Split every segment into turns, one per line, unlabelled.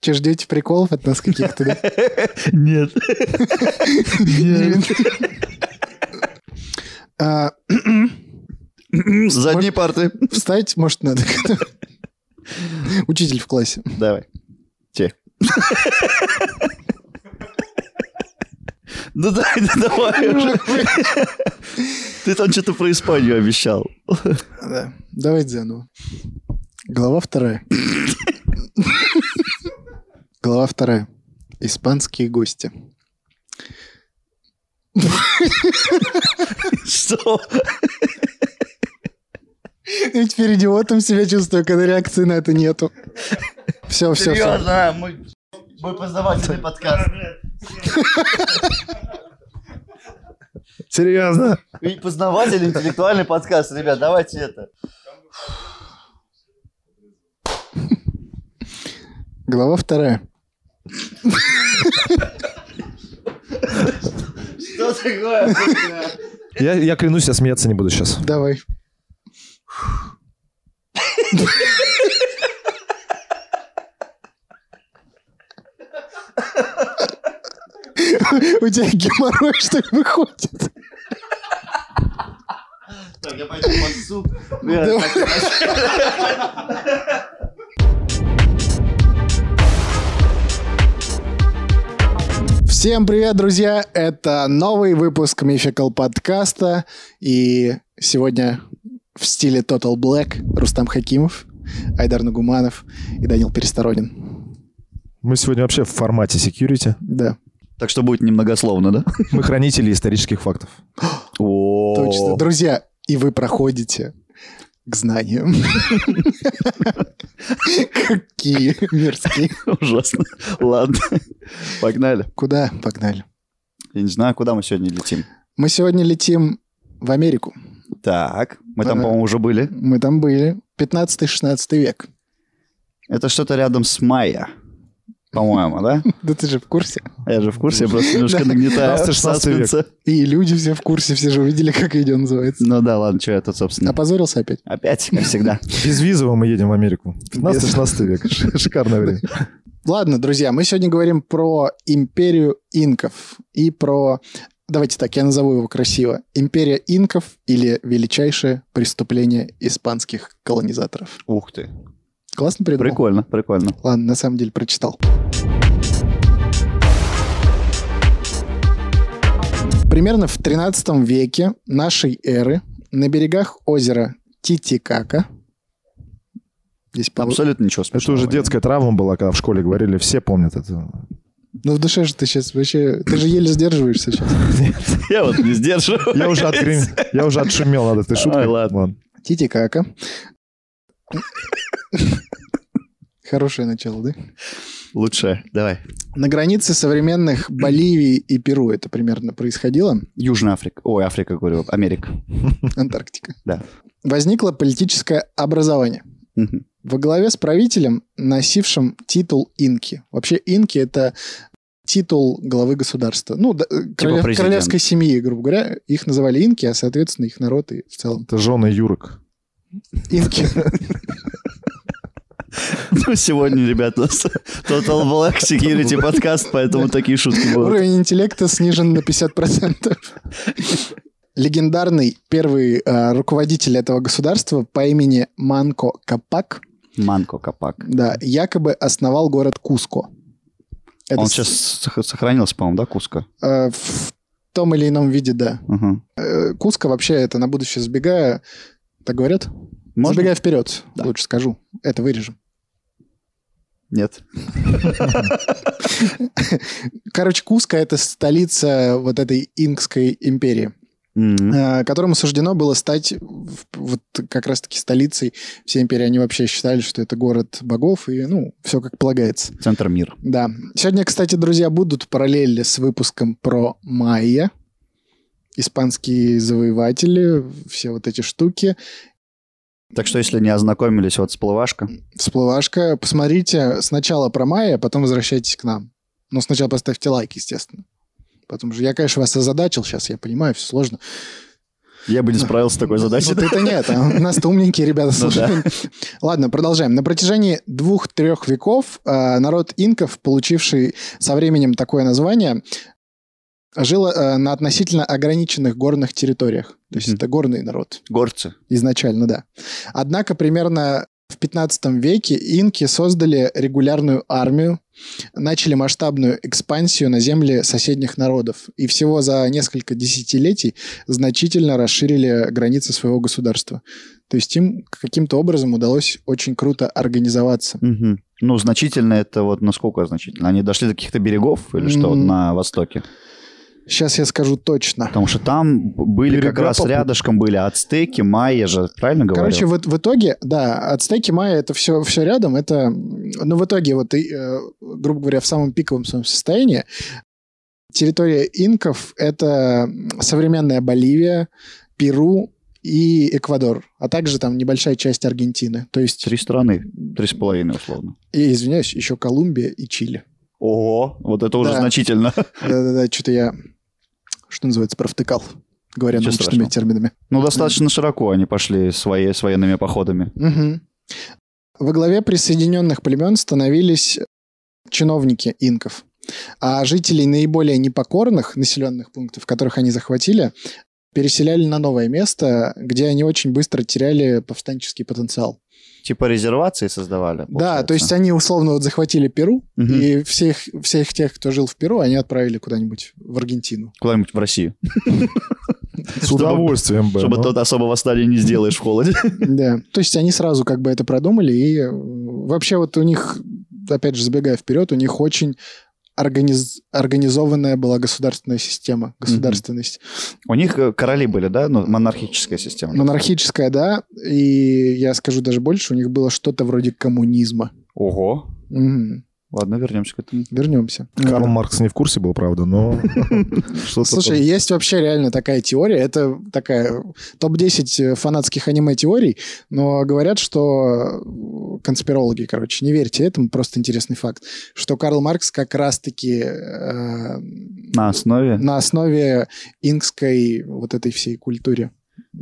Че, ждете приколов от нас каких-то, да?
Нет. Нет.
А,
С задней парты.
Встать, может, надо. Учитель в классе.
Давай. Те. Ну дай, да давай уже. Ты там что-то про Испанию обещал.
Да. Давайте заново. Глава вторая. Глава вторая. Испанские гости.
Что?
Я теперь идиотом себя чувствую, когда реакции на это нету. Все, все, все.
Серьезно, А, мы... Мой познавательный подкаст.
Серьезно?
И познавательный интеллектуальный подкаст, ребят, давайте это.
Глава вторая.
Что такое?
Я, я клянусь, я смеяться не буду сейчас.
Давай. У тебя геморрой, что ли, выходит?
Так, я пойду под суп.
Давай. Всем привет, друзья! Это новый выпуск Мификал подкаста. И сегодня в стиле Total Black Рустам Хакимов, Айдар Нагуманов и Данил Пересторонин.
Мы сегодня вообще в формате security.
Да,
Так что будет немногословно, да?
Мы хранители исторических фактов.
О,
точно. Друзья, и вы проходите к знаниям. Какие мерзкие.
Ужасно. Ладно. Погнали.
Куда? Погнали.
Я не знаю, куда мы сегодня летим.
Мы сегодня летим в Америку.
Так, мы там,
Ага.
по-моему, уже были.
Мы там были. 15-16 век.
Это что-то рядом с Майя. По-моему, да?
Да ты же в курсе.
Я же в курсе, я просто немножко
Да.
нагнетаю.
15-16 век.
саспенса.
И люди все в курсе, все же увидели, как видео называется.
Ну да, ладно, что я тут,
А
собственно.
Опозорился опять.
Опять, как всегда.
Безвизово мы едем в Америку. 15-16 век. Ш- Шикарное время.
Ладно, друзья, мы сегодня говорим про империю инков и про... Давайте так, я назову его красиво. Империя инков или величайшее преступление испанских колонизаторов.
Ух ты.
Классно придумал?
Прикольно, прикольно.
Ладно, на самом деле прочитал. Примерно в 13 веке нашей эры на берегах озера Титикака... Здесь полу-
Абсолютно ничего
А Это
смешного.
уже детская травма была, когда в школе говорили, все помнят это.
Ну, в душе же ты сейчас вообще... Ты же еле сдерживаешься сейчас.
Я вот не сдерживаю.
Я уже, отгрим- я уже отшумел над этой шуткой.
Ай, ладно.
Титикака. Хорошее начало, да?
Лучше, давай.
На границе современных Боливии и Перу это примерно происходило.
Южная Африка. Ой, Африка, говорю, Америка.
Антарктика.
Да.
Возникло политическое образование.
Мгм.
Во главе с правителем, носившим титул инки. Вообще инки – это титул главы государства. Ну, да, э, королев-
президент.
королевской семьи, грубо говоря. Их называли инки, а, соответственно, их народ и в целом
Это жены Юрок.
инки.
Ну, сегодня, ребят, у нас Total Black Security подкаст, поэтому такие шутки будут.
Уровень интеллекта снижен на 50%. Легендарный первый э, руководитель этого государства по имени Манко Капак,
Манко Капак.
да, якобы основал город Куско. Это
Он
с-
сейчас сох- сохранился, по-моему, да, Куска?
э, в том или ином виде, да.
Угу.
Э, Куско вообще это на будущее сбегая, так говорят? Сбегая вперед,
Да.
лучше скажу. Это вырежем.
Нет.
Короче, Куско это столица вот этой инкской империи.
Мгм.
э, которому суждено было стать в- вот как раз-таки столицей всей империи. Они вообще считали, что это город богов, и, ну, все как полагается.
Центр мира.
Да. Сегодня, кстати, друзья, будут параллели с выпуском про майя, испанские завоеватели, все вот эти штуки.
Так что, если не ознакомились, вот всплывашка.
Всплывашка. Посмотрите сначала про майя, потом возвращайтесь к нам. Но сначала поставьте лайк, естественно. Потом же я, конечно, вас озадачил сейчас, я понимаю, все сложно.
Я бы не справился с такой задачей. Ну
Вот это нет, а у нас-то умненькие ребята слушают. Ладно, продолжаем. На протяжении двух-трех веков э, народ инков, получивший со временем такое название, жил э, на относительно ограниченных горных территориях. То есть
Мгм.
это горный народ
Горцы.
изначально, да. Однако примерно в 15 веке инки создали регулярную армию, начали масштабную экспансию на земли соседних народов и всего за несколько десятилетий значительно расширили границы своего государства. То есть им каким-то образом удалось очень круто организоваться.
Мгм. Ну, значительно это вот насколько значительно? Они дошли до каких-то берегов или что вот
М.
на востоке?
Сейчас я скажу точно.
Потому что там б- были
Берега
как раз
попу-
рядышком были ацтеки, майя же, правильно говорю?
Короче, в, в итоге, да, ацтеки, майя, это все, все рядом. Это, м, ну, в итоге, вот, и, э, грубо говоря, в самом пиковом своем состоянии территория инков — это современная Боливия, Перу и Эквадор, а также там небольшая часть Аргентины. То есть,
три страны, три с половиной условно.
и, извиняюсь, еще Колумбия и Чили.
Ого, вот это уже
Да.
значительно.
Да-да-да, что-то я, что называется, провтыкал, говоря
Ничего
научными
страшного.
терминами.
Ну, достаточно широко они пошли свои, с военными походами.
Мгм. Во главе присоединенных племен становились чиновники инков, а жителей наиболее непокорных населенных пунктов, которых они захватили, переселяли на новое место, где они очень быстро теряли повстанческий потенциал.
Типа резервации создавали.
Да,
получается.
то есть они условно вот захватили Перу,
Мгм.
и всех, всех тех, кто жил в Перу, они отправили куда-нибудь в Аргентину.
Куда-нибудь в Россию.
С удовольствием бы.
ну.
Чтобы
но-
тот особо восстание не сделаешь в холоде.
Да, то есть они сразу как бы это продумали, и э, вообще вот у них, опять же, забегая вперед, у них очень организ- организованная была государственная система, государственность.
У них э, короли были, да? Ну, монархическая система.
Монархическая, да, и я скажу даже больше, у них было что-то вроде коммунизма.
Ого.
Мгм.
Ладно, вернемся к этому.
Вернемся.
Карл
Да.
Маркс не в курсе был, правда, но... что-то
Слушай,
там.
есть вообще реально такая теория, это такая топ-10 фанатских аниме-теорий, но говорят, что э, конспирологи, короче, не верьте этому, просто интересный факт, что Карл Маркс как раз-таки э,
На основе
на основе инкской вот этой всей культуре.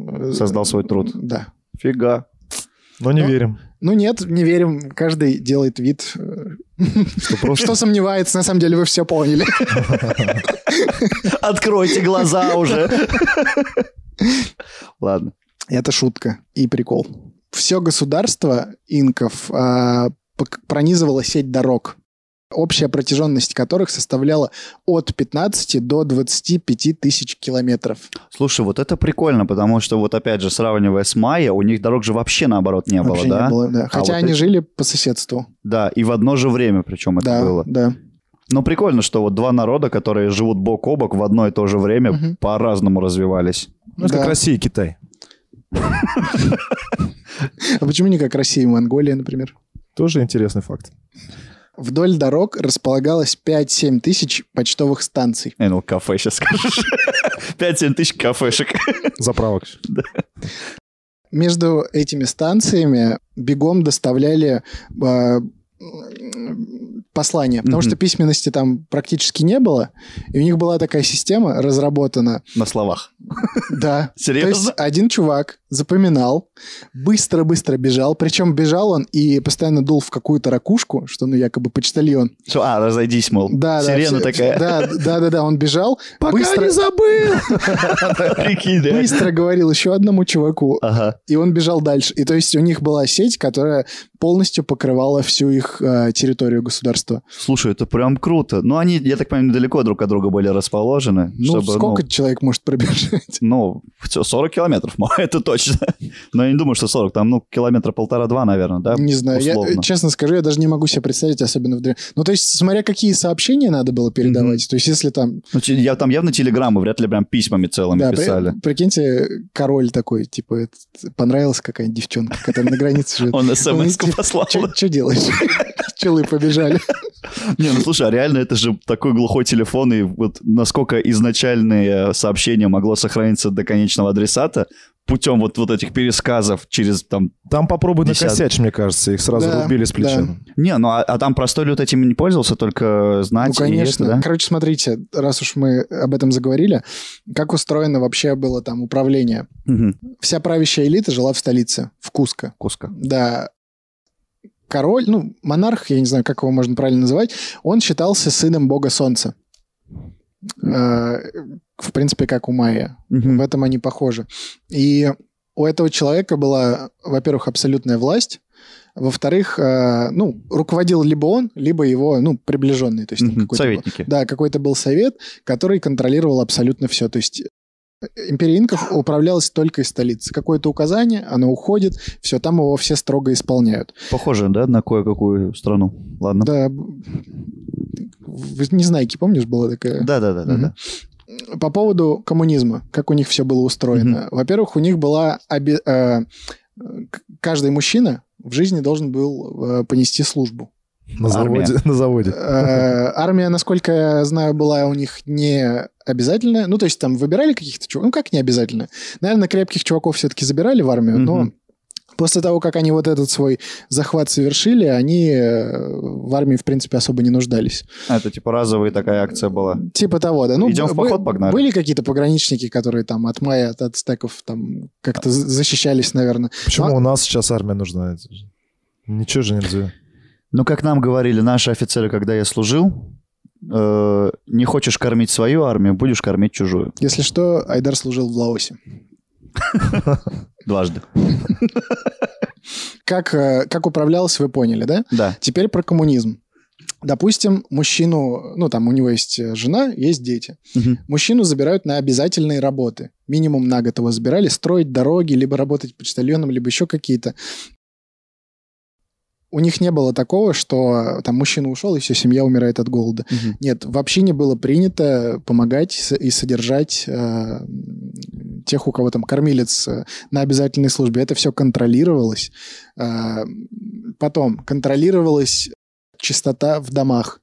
э,
создал свой труд.
Да.
Фига.
Но не
Ну,
верим.
Ну нет, не верим, каждый делает вид, э,
Что просто...
что сомневается, на самом деле вы все поняли.
Откройте глаза уже. Ладно.
Это шутка и прикол. Все государство инков а, пок- пронизывала сеть дорог, общая протяженность которых составляла от 15 до 25 тысяч километров.
Слушай, вот это прикольно, потому что вот опять же, сравнивая с Майя, у них дорог же вообще наоборот не было,
Вообще
да? А
не было, да. Хотя
вот
они
эти-
жили по соседству.
Да, и в одно же время причем это
да,
было.
да.
Но прикольно, что вот два народа, которые живут бок о бок в одно и то же время,
Мгм.
по-разному развивались.
Ну, это
да.
как Россия и Китай.
А почему не как Россия и Монголия, например?
Тоже интересный факт.
Вдоль дорог располагалось 5-7 тысяч почтовых станций.
Э, ну, кафе сейчас скажешь. 5-7 тысяч кафешек.
Заправок.
Между этими станциями бегом доставляли э, м, послания, потому
Мгм.
что письменности там практически не было, и у них была такая система разработана.
На словах.
Да. То есть
Серьезно?
один чувак запоминал, быстро-быстро бежал, причем бежал он и постоянно дул в какую-то ракушку, что ну якобы почтальон.
Что, А, разойдись, мол.
Да, да,
Сирена
все-
такая.
Да, да, да, да, он бежал, быстро,
забыл!
Прикинь, да?
быстро говорил еще одному чуваку,
Ага.
и он бежал дальше. И то есть у них была сеть, которая полностью покрывала всю их э, территорию государства.
Слушай, это прям круто. Ну, они, я так понимаю, далеко друг от друга были расположены.
Ну,
чтобы,
сколько человек может пробежать?
Ну, всё, 40 километров, мо, это точно. Но я не думаю, что 40, там, ну, километра полтора-два, наверное, да?
не знаю. Я,
условно.
э, честно скажу, я даже не могу себе представить, особенно в древ- Ну, то есть, смотря какие сообщения надо было передавать. То есть, если там...
Ну, те- я, там явно телеграммы, вряд ли прям письмами целыми
Да, при-
писали.
прикиньте, король такой, типа, этот, понравилась какая-нибудь девчонка, которая на границе живет.
Он смс
Он
послал.
Че делаешь? Пчелы побежали.
Не, ну слушай, а реально это же такой глухой телефон, и вот насколько изначальное сообщение могло сохраниться до конечного адресата путем вот, вот этих пересказов через там...
Там попробуй
Десят.
накосячь, мне кажется, их сразу
Да,
рубили с плеча.
Не, ну а, а там простой люд этим не пользовался, только знать
Ну,
и
конечно.
это, А, типа, да?
Короче, смотрите, раз уж мы об этом заговорили, как устроено вообще было там управление.
Мгм.
Вся правящая элита жила в столице, в Куско.
Куска.
Да, король, ну, монарх, я не знаю, как его можно правильно называть, он считался сыном бога солнца. Э, В принципе, как у Майя. В
Мгм.
этом они похожи. И у этого человека была, во-первых, абсолютная власть, во-вторых, э, ну, руководил либо он, либо его, ну, приближенный. То есть там
Мгм.
какой-то был-
Советники.
да, какой-то был совет, который контролировал абсолютно все. То есть э, империя инков управлялась только из столицы. Какое-то указание, оно уходит, все, там его все строго исполняют.
Похоже, да, на кое-какую страну. Ладно.
Да, б- вы не знаете, помнишь, была такая?
Да, да, да, да.
Мгм.
да.
По поводу коммунизма, как у них все было устроено. Во-первых, у них была... обе- э, к- Каждый мужчина в жизни должен был э, понести службу.
На
Армия.
заводе. На заводе.
Э, Армия, насколько я знаю, была у них не обязательная. Ну, то есть там выбирали каких-то чуваков. Ну, как не обязательно. Наверное, крепких чуваков все-таки забирали в армию, но
Мгм.
после того, как они вот этот свой захват совершили, они э, в армии, в принципе, особо не нуждались.
А, Это типа разовая такая акция была.
Типа того, да. Ну,
Идем в
бы-
поход, погнали.
Были какие-то пограничники, которые там от мая, от ацтеков там как-то за- защищались, наверное.
Почему у нас сейчас армия нужна? Это же- Ничего же нельзя.
Ну, как нам говорили наши офицеры, когда я служил, э, не хочешь кормить свою армию, будешь кормить чужую.
Если что, Айдар служил в Лаосе.
Дважды.
Как, э, как управлялось, вы поняли, да?
Да.
Теперь про коммунизм. Допустим, мужчину, ну там у него есть э, жена, есть дети.
Мгм.
Мужчину забирают на обязательные работы. Минимум на год его забирали, строить дороги, либо работать почтальоном, либо еще какие-то. У них не было такого, что э, там мужчина ушел, и все, семья умирает от голода.
Мгм.
Нет, в общине было принято помогать с- и содержать э, м, тех, у кого там кормилец э, на обязательной службе. Это все контролировалось. Э, потом контролировалась чистота в домах.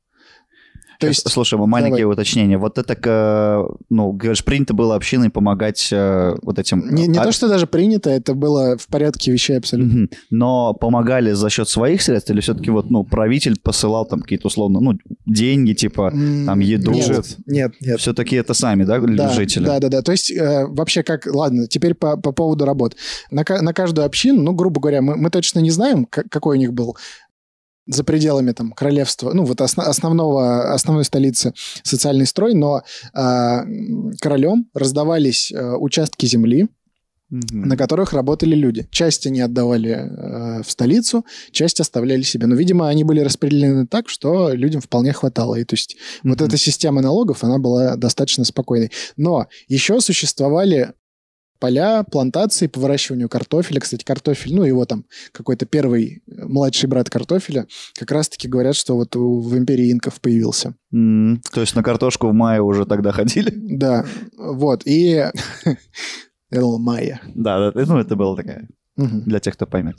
То
Сейчас,
есть
Э, Слушай, маленькие уточнения. Вот это, э, ну, говоришь, принято было общиной помогать э, вот этим...
не, не
а-
то, что даже принято, это было в порядке вещей абсолютно.
Мгм. Но помогали за счет своих средств или все-таки вот, ну, правитель посылал там какие-то условно, ну, деньги, типа,
М,
там еду.
Нет,
Бюджет.
нет, нет.
все-таки это сами, да,
Да,
жители?
да, да, да. То есть э, вообще как, ладно, теперь по, по поводу работ. На, ка- на каждую общину, ну, грубо говоря, мы, мы точно не знаем, ка- какой у них был за пределами там королевства, ну, вот осна- основного, основной столицы социальный строй, но э, м, королем раздавались э, участки земли,
Мгм.
на которых работали люди. Часть они отдавали э, в столицу, часть оставляли себе. Но, видимо, они были распределены так, что людям вполне хватало. И то есть вот
Мгм.
эта система налогов, она была достаточно спокойной. Но еще существовали поля, плантации по выращиванию картофеля. Кстати, картофель, ну, его там какой-то первый э, младший брат картофеля, как раз-таки говорят, что вот у- в империи инков появился.
М, То есть на картошку в мае уже тогда ходили?
Да, вот. И Эл Майя.
Да, да, ну, это была такая,
Мгм.
для тех, кто поймет.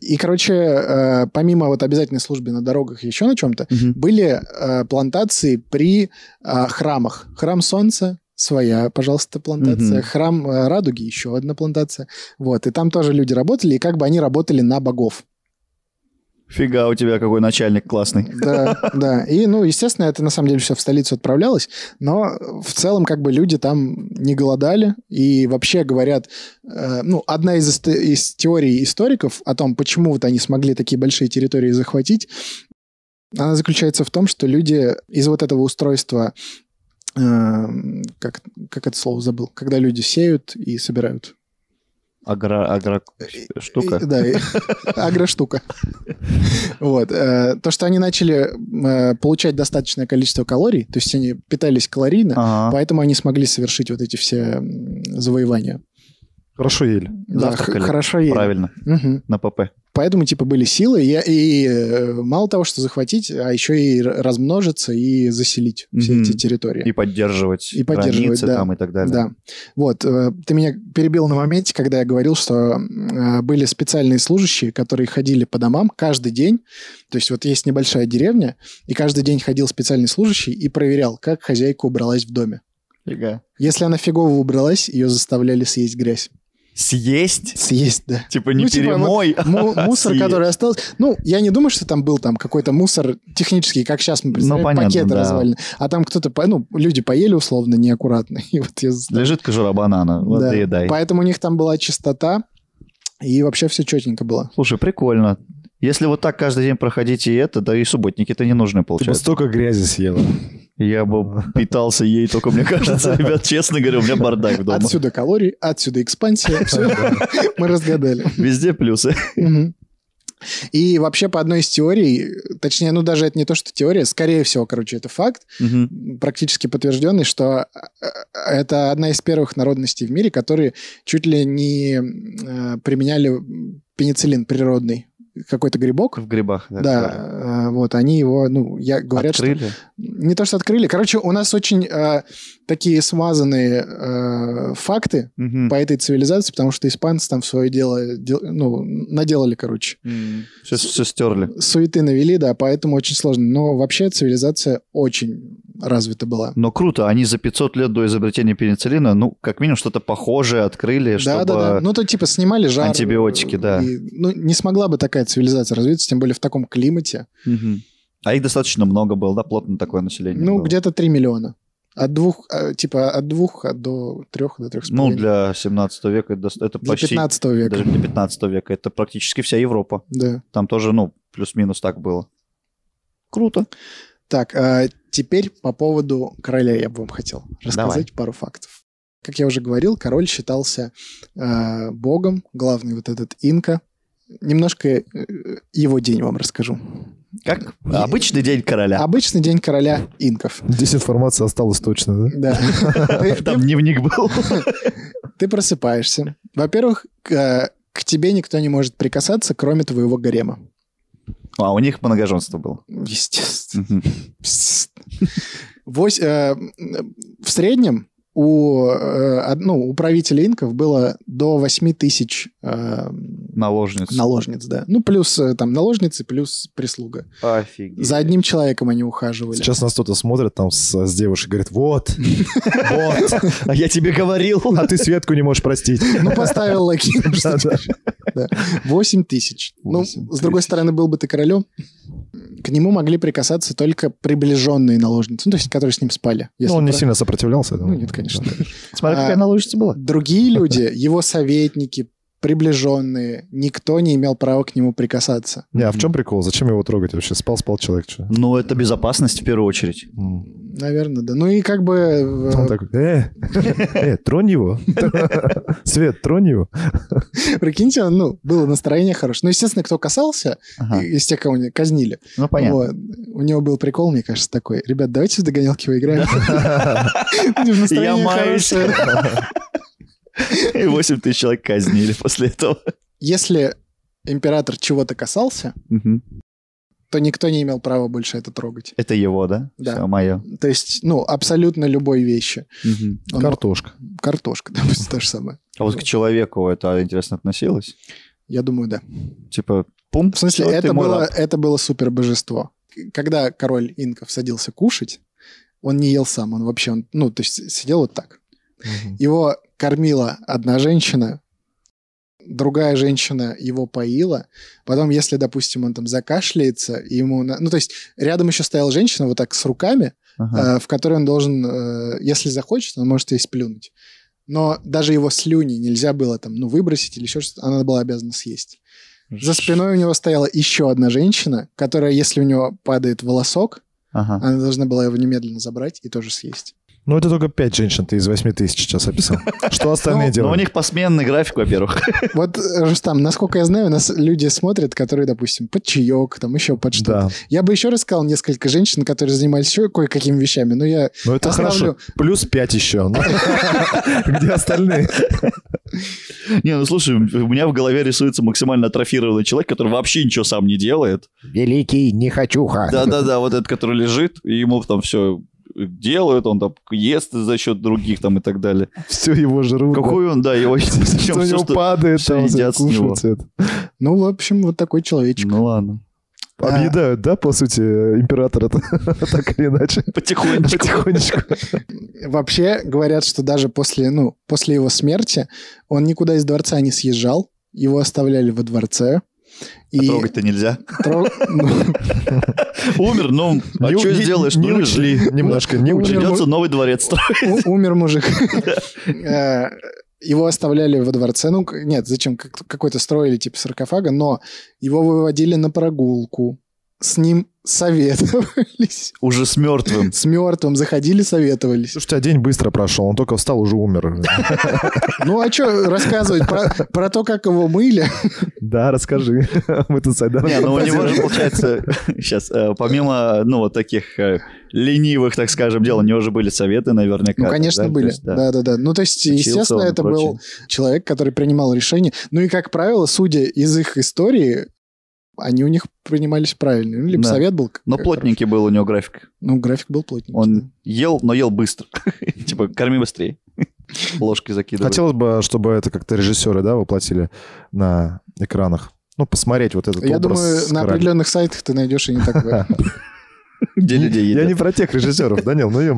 И, короче, э, помимо вот обязательной службы на дорогах и еще на чем-то,
Мгм.
были э, плантации при э, храмах. Храм Солнца своя, пожалуйста, плантация.
Мгм.
Храм э, Радуги еще одна плантация. Вот, и там тоже люди работали, и как бы они работали на богов.
Фига, у тебя какой начальник классный.
Да, да. И, ну, естественно, это на самом деле все в столицу отправлялось, но в целом как бы люди там не голодали. И вообще говорят, э, ну, одна из, ист- из теорий историков о том, почему вот они смогли такие большие территории захватить, она заключается в том, что люди из вот этого устройства, э, как, как это слово забыл, когда люди сеют и собирают.
Агра... агра... штука.
И- Да, и- агроштука. Вот. э, То, что они начали э, получать достаточное количество калорий, то есть они питались калорийно,
Ага.
поэтому они смогли совершить вот эти все м, завоевания.
Хорошо ели.
Да, х-
Завтракали.
хорошо ели.
Правильно,
Мгм.
на ПП.
Поэтому, типа, были силы, и, и, э, мало того, что захватить, а еще и р- размножиться и заселить все
Мгм.
эти территории.
И поддерживать
И поддерживать,
границы
да.
там и так далее.
Да. Вот, э, ты меня перебил на моменте, когда я говорил, что э, были специальные служащие, которые ходили по домам каждый день. То есть вот есть небольшая деревня, и каждый день ходил специальный служащий и проверял, как хозяйка убралась в доме. Если она фигово убралась, ее заставляли съесть грязь.
Съесть?
Съесть, да.
Типа не
Ну, типа,
перемой,
Му-
а
мусор,
съесть.
который остался. Ну, я не думаю, что там был там какой-то мусор технический, как сейчас мы представляем,
понятно,
пакеты
да.
развалины. А там кто-то, по- ну, люди поели условно неаккуратно. И вот я заставлял.
Лежит кожура банана, вот
Да.
доедай.
Поэтому у них там была чистота, и вообще все четненько было.
Слушай, прикольно. Если вот так каждый день проходить и это, да и субботники-то не нужны,
Ты бы
получается.
столько грязи съела.
Я бы питался ей только, мне кажется, ребят, честно говоря, у меня бардак дома.
Отсюда калории, отсюда экспансия. Всё. Мы разгадали.
Везде плюсы.
Мгм. И вообще по одной из теорий, точнее, ну даже это не то, что теория, скорее всего, короче, это факт,
Мгм.
практически подтвержденный, что э, это одна из первых народностей в мире, которые чуть ли не э, применяли пенициллин природный, какой-то грибок.
В грибах.
Да, э, вот они его, ну, я говорят, что
Открыли.
не то что открыли. Короче, у нас очень э, такие смазанные э, факты
Мгм.
по этой цивилизации, потому что испанцы там свое дело, дел- ну, наделали, короче.
М. Все, все стерли.
Суеты навели, да, поэтому очень сложно. Но вообще цивилизация очень развита была.
Но круто, они за 500 лет до изобретения пенициллина, ну, как минимум, что-то похожее открыли, чтобы...
Да, да, да. Ну, то типа снимали жар.
Антибиотики, да.
и, ну, не смогла бы такая цивилизация развиться, тем более в таком климате.
Мгм. А их достаточно много было, да, плотно такое население
ну,
было.
где-то 3 миллиона. От двух, э, типа, от двух до трех, до трех с
Ну,
половиной.
для 17 века это, дос- это
До
почти...
15 века.
Даже для 15 века. Это практически вся Европа.
Да.
Там тоже, ну, плюс-минус так было. Круто.
Так, а теперь по поводу короля я бы вам хотел рассказать пару фактов. Как я уже говорил, король считался э, богом, главный вот этот инка. Немножко э, его день вам расскажу.
Как
Я-
обычный день короля.
Обычный день короля инков.
Здесь информация осталась точно, да?
Да. Ты-
Там дневник был.
Ты просыпаешься. Во-первых, к э, к тебе никто не может прикасаться, кроме твоего гарема.
А у них многоженство было.
Естественно.
Мгм.
Пс. Вось- э, в среднем у, э, од- ну, у правителя инков было до 8 тысяч э,
Наложниц.
наложниц, да. Ну, плюс э, там наложницы, плюс прислуга.
Офигеть.
За одним человеком они ухаживали.
Сейчас нас кто-то смотрит там с, с девушкой, говорит, вот, вот,
А я тебе говорил.
а ты Светку не можешь простить.
Ну, поставил лайки. ну, что теперь? Да. 8 тысяч. Ну,
Восемь
с другой
тысяч.
стороны, был бы ты королем, к нему могли прикасаться только приближенные наложницы, ну, то есть, которые с ним спали. если
Ну, он не
про-
сильно сопротивлялся. я
Ну,
думаю.
нет, конечно.
Смотри,
А,
какая наложница была.
Другие люди, его советники, приближенные, никто не имел права к нему прикасаться.
Не, а в чем прикол? Зачем его трогать вообще? Спал-спал человек, что?
Ну, это безопасность в первую очередь.
Он
Наверное, да. Ну и как бы... э,
такой, э, э, тронь его. Свет, тронь его.
Прикиньте, он, ну, было настроение хорошее. Ну, естественно, кто касался,
Ага.
и- из тех, кого не казнили.
Ну, понятно.
Вот. У него был прикол, мне кажется, такой. Ребят, давайте в догонялки поиграем. У него
Я
настроение
маюсь.
хорошее.
И 8 тысяч человек казнили после этого.
Если император чего-то касался,
Мгм.
то никто не имел права больше это трогать.
Это его, да?
Да.
Все, мое.
То есть, ну, абсолютно любой вещи. Он-
Картошка.
Картошка, допустим, то же самое.
А вот к человеку это интересно относилось?
Я думаю, да.
Типа, пум,
В смысле,
всё, ты
это,
мой
было,
раб.
это было супер божество. Когда король инков садился кушать, он не ел сам, он вообще, он, ну, то есть сидел вот так. Его кормила одна женщина, другая женщина его поила. Потом, если, допустим, он там закашляется, ему... на- Ну, то есть рядом еще стояла женщина вот так с руками,
Ага.
э, в которой он должен, э, если захочет, он может ей сплюнуть. Но даже его слюни нельзя было там, ну, выбросить или еще что-то, она была обязана съесть. За спиной у него стояла еще одна женщина, которая, если у него падает волосок,
Ага.
она должна была его немедленно забрать и тоже съесть.
Ну, это только пять женщин ты из восьми тысяч сейчас описал.
Ну,
Что остальные
Но у
делают?
них посменный график, во-первых.
Вот, э, Рустам, насколько я знаю, у нас люди смотрят, которые, допустим, под чаек, там еще под что-то.
Да,
Я бы еще рассказал несколько женщин, которые занимались еще кое-какими вещами, но я...
но Ну, это
Оставлю.
хорошо. Плюс пять еще. Ну, Где остальные?
Не, ну слушай, у меня в голове рисуется максимально атрофированный человек, который вообще ничего сам не делает.
Великий нехочуха.
Да-да-да, вот этот, который лежит, и ему там все делают, он там ест за счет других там и так далее.
Все его жрут. Ну да.
Какой он, да, его
Что
причем
у
всё,
него
что-
падает,
всё
там
едят с него.
кушается это.
Ну, в общем, вот такой человечек.
Ну ладно.
А.
Объедают, да, по сути, э, императора так или иначе.
Потихонечку.
Потихонечку.
Вообще говорят, что даже после, ну, после его смерти он никуда из дворца не съезжал, его оставляли во дворце. И
Трогать-то нельзя.
тро- ну,
Умер, ну, а
Не-
что
не-
сделаешь?
Не
Ну, и
учли. Немножко не
Умер.
учли.
Придется новый дворец строить.
у- умер мужик. Э, Его оставляли во дворце. Ну, к- нет, зачем? Как- Какой-то строили типа саркофага, но его выводили на прогулку. С ним советовались.
Уже с мертвым.
С мертвым заходили, советовались.
Слушайте, а день быстро прошел, он только встал, уже умер.
Ну, а что рассказывать про, про то, как его мыли?
Да, расскажи. Мы тут с Айдаром
Не, ну у него же
фантазируем.
получается, сейчас, помимо, ну, вот таких э, ленивых, так скажем, дел, у него же были советы наверняка.
Ну, конечно,
да, то
были.
есть, да.
Да-да-да. Ну, то есть,
Учился
естественно,
он и
это
прочее.
был человек, который принимал решения. Ну и, как правило, судя из их истории, они у них принимались правильно. Ну, либо
Да.
совет был... как-
Но плотненький был у него график.
Ну, график был плотненький.
Он ел, но ел быстро. Типа, корми быстрее. Ложки закидывай.
Хотелось бы, чтобы это как-то режиссеры, да, воплотили на экранах. Ну, посмотреть вот этот
Я
образ
думаю,
с
на
короля.
определенных сайтах ты найдешь и не такое.
Где людей
Я
едят.
не про тех режиссеров, Данил, ну е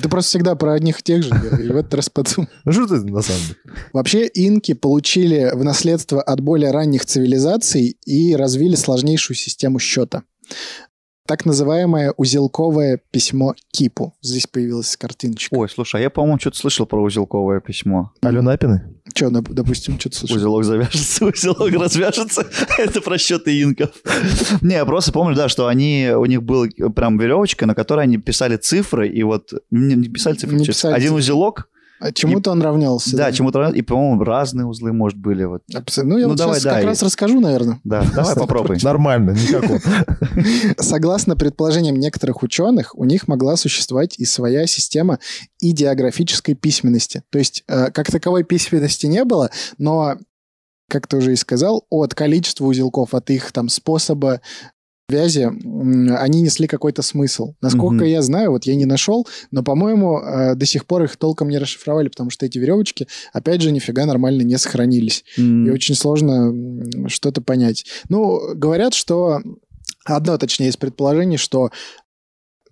Ты просто всегда про одних и тех же, и в этот раз подумал.
Ну что ты на самом деле?
Вообще инки получили в наследство от более ранних цивилизаций и развили сложнейшую систему счета. Так называемое узелковое письмо Кипу. Здесь появилась картиночка.
Ой, слушай, а я, по-моему, что-то слышал про узелковое письмо.
Алена Апины?
Че, допустим, что-то слышал?
Узелок завяжется, узелок развяжется. Это про счеты инков. Не, я просто помню, да, что они, у них была прям веревочка, на которой они писали цифры, и вот... Не, не писали цифры,
Не
честно.
писали
Один
цифры.
узелок,
А чему-то он равнялся.
да, чему-то... раз- И, по-моему, разные узлы, может, были. Вот.
Абсо- Ну, я
Ну,
вот
давай,
сейчас
да,
как
и-
раз расскажу, наверное.
Да, давай попробуй.
Нормально, никакого.
Согласно предположениям некоторых ученых, у них могла существовать и своя система идеографической письменности. То есть, э, как таковой письменности не было, но, как ты уже и сказал, от количества узелков, от их там способа связи, м, они несли какой-то смысл. Насколько
Мгм.
я знаю, вот я не нашел, но, по-моему, э, до сих пор их толком не расшифровали, потому что эти веревочки, опять же, нифига нормально не сохранились и
М,
очень сложно м, что-то понять. Ну, говорят, что одно, точнее, из предположений, что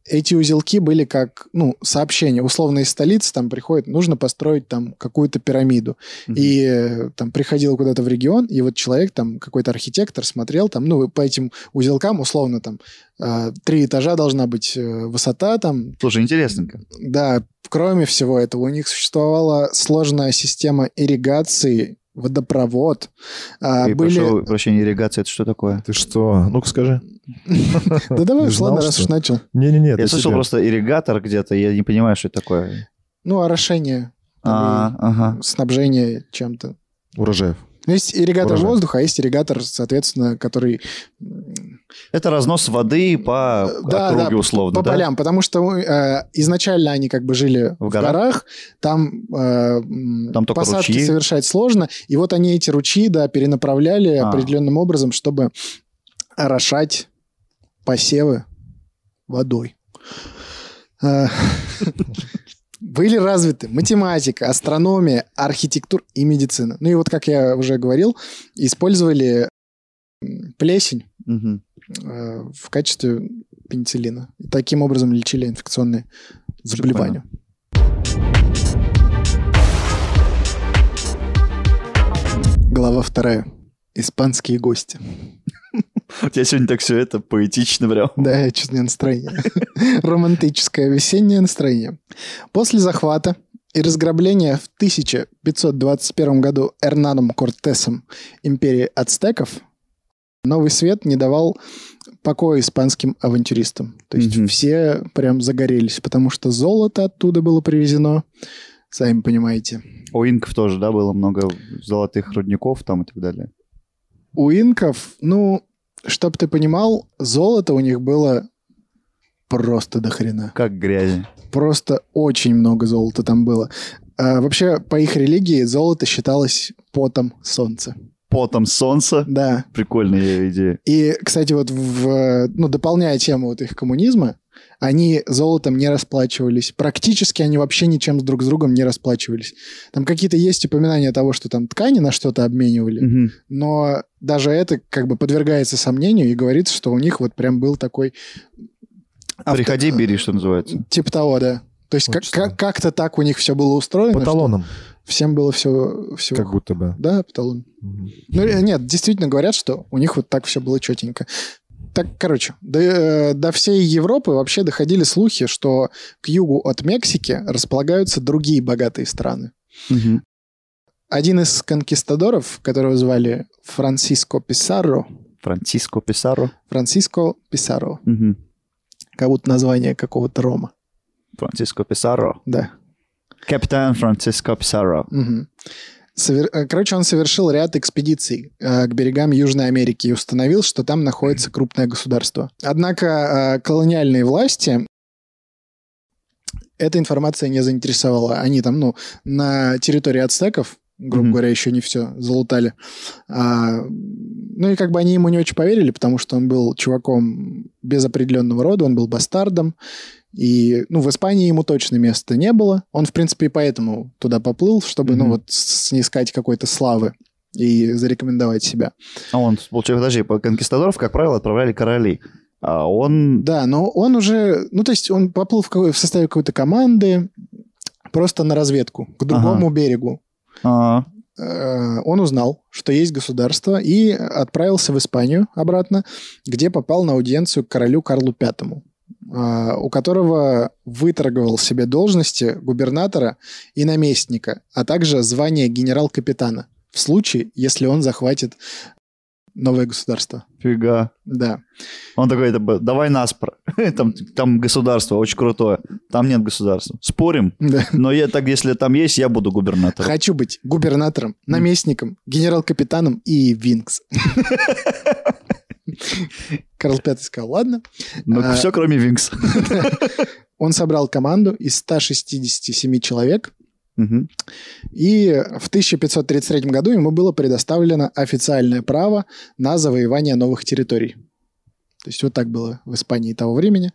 эти узелки были как, ну, сообщения. Условно из столицы там приходит, нужно построить там какую-то пирамиду.
Мгм.
И э, там приходил куда-то в регион, и вот человек там, какой-то архитектор смотрел там, ну, по этим узелкам условно там э, три этажа должна быть э, высота там,
Слушай, интересненько.
да, кроме всего этого, у них существовала сложная система ирригации, водопровод. А,
И
были...
прошу прощения, ирригация, это что такое?
Ты что? Ну-ка скажи.
Да давай
Ты
уж,
знал,
ладно, раз
что
уж
ли?
начал.
Не-не-не,
Я
для
слышал
себя.
просто ирригатор где-то, я не понимаю, что это такое.
Ну, орошение,
А, ага.
снабжение чем-то.
Урожаев.
Ну, Есть ирригатор
Урожай.
воздуха, а есть ирригатор, соответственно, который м,
Это разнос воды по
Да,
округе
да,
условно,
по
да?
полям, потому что э, изначально они как бы жили в
В горах?
горах, там, э, м,
Там только
посадки
ручьи.
совершать сложно, и вот они эти ручьи, да, перенаправляли
А.
определенным образом, чтобы орошать посевы водой. Э, Были развиты математика, астрономия, архитектура и медицина. Ну и вот, как я уже говорил, использовали м, плесень
Мгм.
э, в качестве пенициллина. И таким образом лечили инфекционные заболевания. Глава вторая. Испанские гости.
У тебя сегодня так все это поэтично прям.
Да, я чуть не настроение. Романтическое весеннее настроение. После захвата и разграбления в 1521 году Эрнаном Кортесом империи ацтеков Новый свет не давал покоя испанским авантюристам. То есть
Мгм.
все прям загорелись, потому что золото оттуда было привезено, сами понимаете.
У инков тоже, да, было много золотых рудников там и так далее.
У инков, ну, чтоб ты понимал, золото у них было просто до хрена.
Как грязи.
Просто очень много золота там было. А, вообще, по их религии золото считалось потом солнца.
Потом солнца.
Да,
Прикольная идея.
И, кстати, вот в, э, ну, дополняя тему вот их коммунизма, они золотом не расплачивались. Практически они вообще ничем друг с другом не расплачивались. Там какие-то есть упоминания того, что там ткани на что-то обменивали,
Мгм.
но даже это как бы подвергается сомнению и говорится, что у них вот прям был такой... авто-
Приходи, бери, что называется.
Типа того, да. То есть как-
Отчество.
как- как-то так у них все было устроено.
По
что
талонам,
Всем было все... все...
как будто бы.
Да, по талонам.
Мгм.
Ну, ре- нет, действительно говорят, что у них вот так все было четенько. Так, короче, до, э, до всей Европы вообще доходили слухи, что к югу от Мексики располагаются другие богатые страны.
Мгм.
Один из конкистадоров, которого звали Франсиско Писарро,
Франциско Писаро.
Франсиско Писарро,
Мгм.
как будто название какого-то Рома,
Франциско Писаро.
да.
Капитан Франциско Писаро.
Мгм. Совер- э, Короче, он совершил ряд экспедиций э, к берегам Южной Америки и установил, что там находится крупное государство. Однако э, колониальные власти эта информация не заинтересовала. Они там, ну, на территории ацтеков, грубо
Мгм.
говоря, еще не все залутали. А, ну и как бы они ему не очень поверили, потому что он был чуваком без определенного рода, он был бастардом. И, ну, в Испании ему точно места не было. Он, в принципе, и поэтому туда поплыл, чтобы, ну,
Мгм.
вот с- снискать какой-то славы и зарекомендовать себя.
А он, получается, подожди, по- конкистадоров, как правило, отправляли короли. А он...
Да, но он уже, ну, то есть он поплыл в, какой- в составе какой-то команды просто на разведку к другому берегу.
а,
Э, Он узнал, что есть государство, и отправился в Испанию обратно, где попал на аудиенцию к королю Карлу V, э, у которого выторговал себе должности губернатора и наместника, а также звание генерал-капитана в случае, если он захватит новое государство.
фига.
Да.
Он такой, это б- давай наспор. там, там государство очень крутое. Там нет государства. Спорим.
да.
Но я так, если там есть, я буду губернатором.
Хочу быть губернатором, наместником, генерал-капитаном и Винкс. Карл V сказал, ладно.
Но
а-
все, Ну, кроме Винкс.
Он собрал команду из 167 человек,
Мгм.
и в 1533 году ему было предоставлено официальное право на завоевание новых территорий. То есть вот так было в Испании того времени.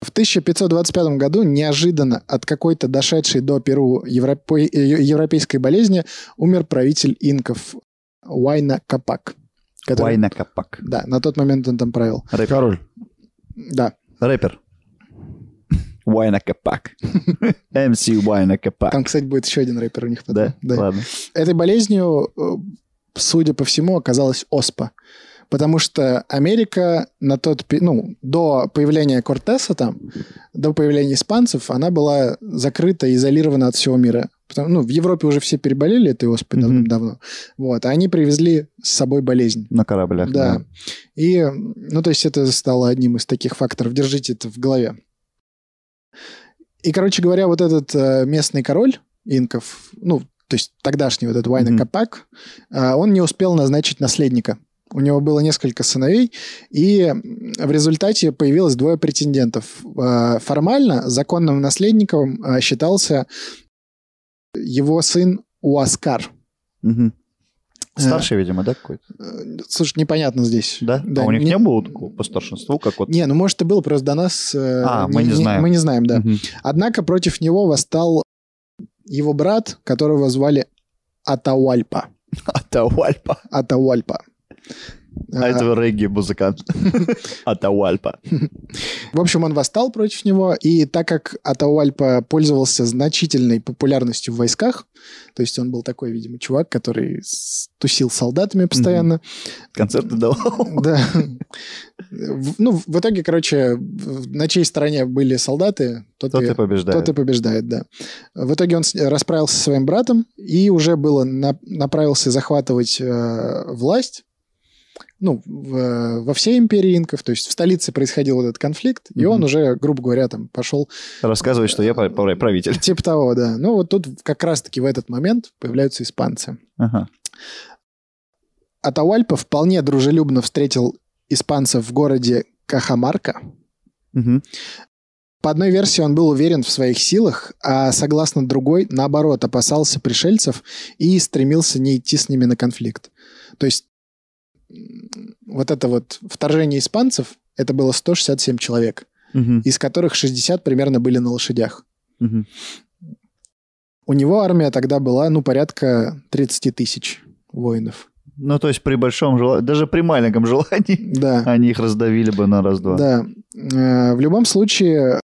В 1525 году неожиданно от какой-то дошедшей до Перу европе- э, европейской болезни умер правитель инков Уайна Капак. который-
Вайна Капак.
Да, на тот момент он там правил.
Рэпер.
Король.
Да,
Рэпер. Вайна Капак. МС Вайна Капак.
там, кстати, будет еще один рэпер у них. потом.
Да?
Да.
Ладно.
Этой болезнью, э, судя по всему, оказалась оспа. Потому что Америка на тот, пе- ну, до появления Кортеса там, до появления испанцев, она была закрыта и изолирована от всего мира. Потому- ну, в Европе уже все переболели этой оспой
Мгм.
давным-давно. Вот, а они привезли с собой болезнь.
На кораблях.
Да. И, м, ну, то есть это стало одним из таких факторов. Держите это в голове. И, короче говоря, вот этот э, местный король инков, ну, то есть тогдашний вот этот Вайна
Мгм.
Капак, э, он не успел назначить наследника. У него было несколько сыновей, и м, в результате появилось двое претендентов. Э, Формально законным наследником э, считался его сын Уаскар.
Мгм. Старший, видимо, да, какой-то?
Э, Слушай, непонятно здесь.
Да? А у них
не-
не было такого по старшинству, как вот...
Не, ну может и было, просто до нас... э,
А, мы не знаем.
Мы не знаем, да.
Мгм.
Однако против него восстал его брат, которого звали Атауальпа.
Атауальпа.
Атауальпа.
А это регги-музыкант. Атауальпа.
Э, В общем, он восстал против него, и так как Атауальпа пользовался значительной популярностью в войсках, то есть он был такой, видимо, чувак, который с- тусил с солдатами постоянно,
Концерты давал.
Да. В- Ну, в итоге, короче, в- на чьей стороне были солдаты, тот,
Кто
и,
ты побеждает.
Э, тот и побеждает, да. В итоге он с- расправился со своим братом и уже было на- направился захватывать э, власть ну, в, э, во всей империи инков, то есть в столице происходил вот этот конфликт, и он
Мгм.
уже, грубо говоря, там пошел
Рассказывай, что я пра- пра- правитель.
типа того, да. Ну, вот тут как раз-таки в этот момент появляются испанцы.
Ага.
Атауальпа вполне дружелюбно встретил испанцев в городе Кахамарка.
Мгм.
По одной версии он был уверен в своих силах, а согласно другой, наоборот, опасался пришельцев и стремился не идти с ними на конфликт. То есть м, вот это вот вторжение испанцев, это было 167 человек,
Мгм.
из которых 60 примерно были на лошадях.
Мгм.
У него армия тогда была, ну, порядка 30 тысяч воинов.
Ну, то есть при большом желании, даже при маленьком желании,
Да.
они их раздавили бы на раз-два.
Да. Э, В любом случае,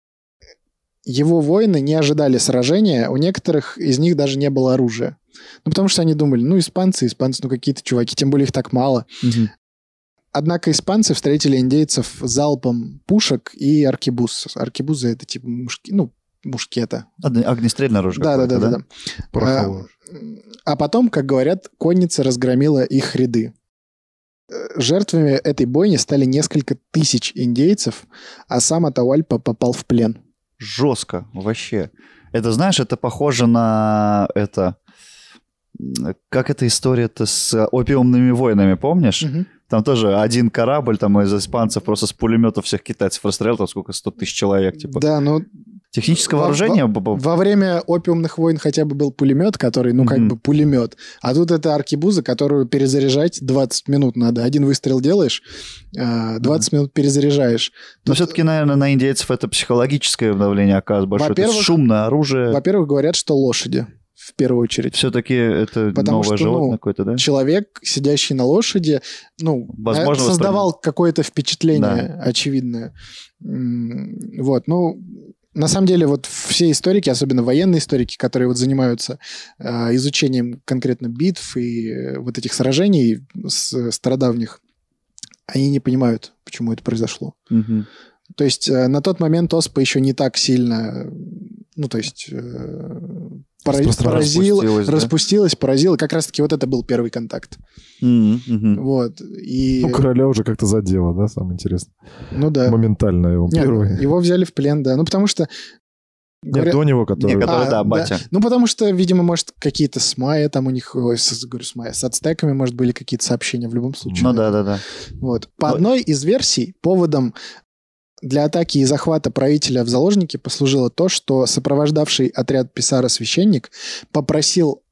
его воины не ожидали сражения, у некоторых из них даже не было оружия. Ну, потому что они думали, ну, испанцы, испанцы, ну, какие-то чуваки, тем более их так мало.
Мгм.
Однако испанцы встретили индейцев залпом пушек и аркебуз. Аркебузы — это типа мушки, ну, мушкета.
Огне- Огнестрельное оружие какое-то,
Да-да-да-да.
пороховую.
А потом, как говорят, конница разгромила их ряды. Э, Жертвами этой бойни стали несколько тысяч индейцев, а сам Атауальпа попал в плен.
Жестко, вообще. Это, знаешь, это похоже на это... м, Как эта история-то с опиумными войнами, помнишь? Там тоже один корабль там из испанцев просто с пулеметов всех китайцев расстрелял, там сколько, 100 тысяч человек, типа.
Да, но
Техническое
Во-
вооружение... б- б-
во время опиумных войн хотя бы был пулемет, который, ну, как
Мгм.
бы пулемет. А тут это аркибуза, которую перезаряжать 20 минут надо. Один выстрел делаешь, э, 20 минут перезаряжаешь.
Но
Тут,
все-таки, наверное, на индейцев это психологическое давление оказывает большое. Это
Во-первых-
шумное оружие.
Во-первых, говорят, что лошади, в первую очередь.
Все-таки это
Потому что,
новое животное
ну,
какое-то, да?
человек, сидящий на лошади, ну,
Возможно,
э, создавал какое-то впечатление очевидное. М, Вот, ну, на самом деле, вот все историки, особенно военные историки, которые вот занимаются э, изучением конкретно битв и э, вот этих сражений с- стародавних, они не понимают, почему это произошло.
Мгм.
То есть э, на тот момент оспа еще не так сильно, э, ну, то есть э, пора-
Распространилась,
поразила,
распустилась, да?
распустилась, поразила. Как раз-таки вот это был первый контакт.
Мгм, мгм.
Вот. И,
Ну, короля уже как-то задело, да, самое интересное.
ну да.
Моментально его
Нет,
первый.
его взяли в плен, да. Ну, потому что...
Нет,
говорят-
до него, который...
Не, который,
А,
да,
да.
батя.
Ну, потому что, видимо, может, какие-то с майя там у них... ой, с, говорю, с майя. С ацтеками, может, были какие-то сообщения в любом случае.
Ну да, да, да.
Вот. По
Но-
одной из версий, поводом для атаки и захвата правителя в заложники послужило то, что сопровождавший отряд Писара священник попросил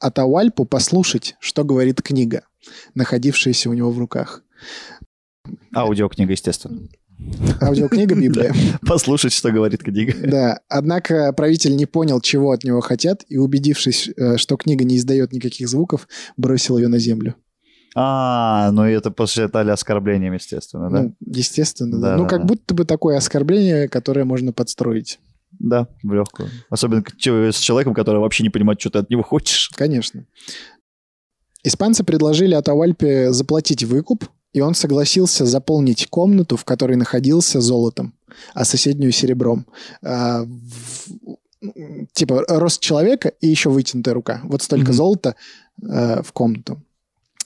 Атауальпу послушать, что говорит книга, находившаяся у него в руках.
Аудиокнига, естественно.
Аудиокнига Библия.
Послушать, что говорит книга.
Да, однако правитель не понял, чего от него хотят, и убедившись, э, что книга не издает никаких звуков, бросил ее на землю.
А, ну и это посчитали оскорблением, естественно, да?
Ну, естественно, да.
Да,
Ну,
да,
как
да.
будто бы такое оскорбление, которое можно подстроить.
Да, в легкую. Особенно к- че- с человеком, который вообще не понимает, что ты от него хочешь.
Конечно. Испанцы предложили Атауальпе заплатить выкуп, и он согласился заполнить комнату, в которой находился золотом, а соседнюю серебром. А, в- м, типа рост человека и еще вытянутая рука. Вот столько
Мгм.
золота э, в комнату.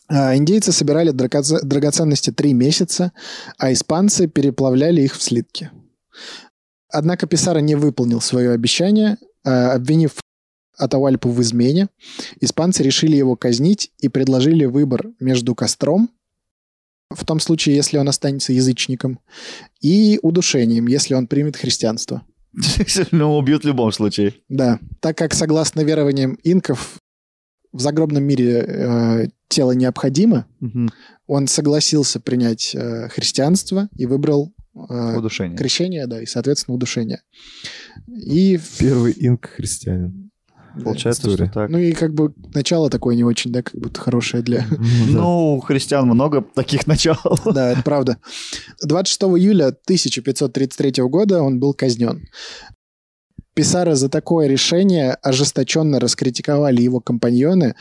А, Индейцы собирали драгоце- драгоценности три месяца, а испанцы переплавляли их в слитки. Однако Писара не выполнил свое обещание, э, обвинив Атауальпу в измене. Испанцы решили его казнить и предложили выбор между костром, в том случае, если он останется язычником, и удушением, если он примет христианство.
Ну, убьют в любом случае.
Да, так как, согласно верованиям инков, в загробном мире э, тело необходимо,
Мгм.
он согласился принять э, христианство и выбрал э,
Удушение.
крещение, да, и, соответственно, удушение. И, в-
Первый инк-христианин.
да.
Получается,
история.
что так.
ну и как бы начало такое не очень, да, как будто хорошее для
Ну, у христиан много таких начал.
Да, это правда. 26 июля 1533 года он был казнен. Писара за такое решение ожесточенно раскритиковали его компаньоны,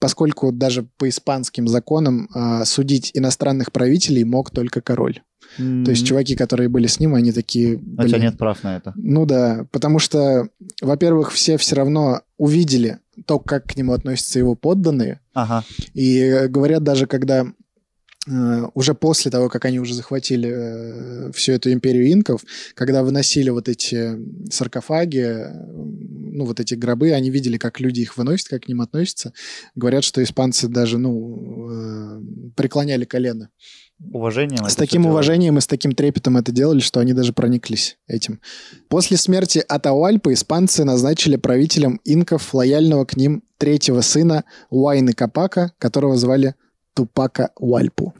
поскольку даже по испанским законам а, судить иностранных правителей мог только король. То есть чуваки, которые были с ним, они такие...
А у тебя
«Блин,
нет прав на это.
ну да, потому что, во-первых, все все равно увидели то, как к нему относятся его подданные,
Ага.
и э, говорят даже, когда э, уже после того, как они уже захватили э, всю эту империю инков, когда выносили вот эти саркофаги, э, ну, вот эти гробы, они видели, как люди их выносят, как к ним относятся. Говорят, что испанцы даже, ну, э, преклоняли колено.
Уважением.
С
это
таким
всё дело.
уважением и с таким трепетом это делали, что они даже прониклись этим. После смерти Атауальпы испанцы назначили правителем инков лояльного к ним третьего сына Уайны Капака, которого звали Тупака Уальпу.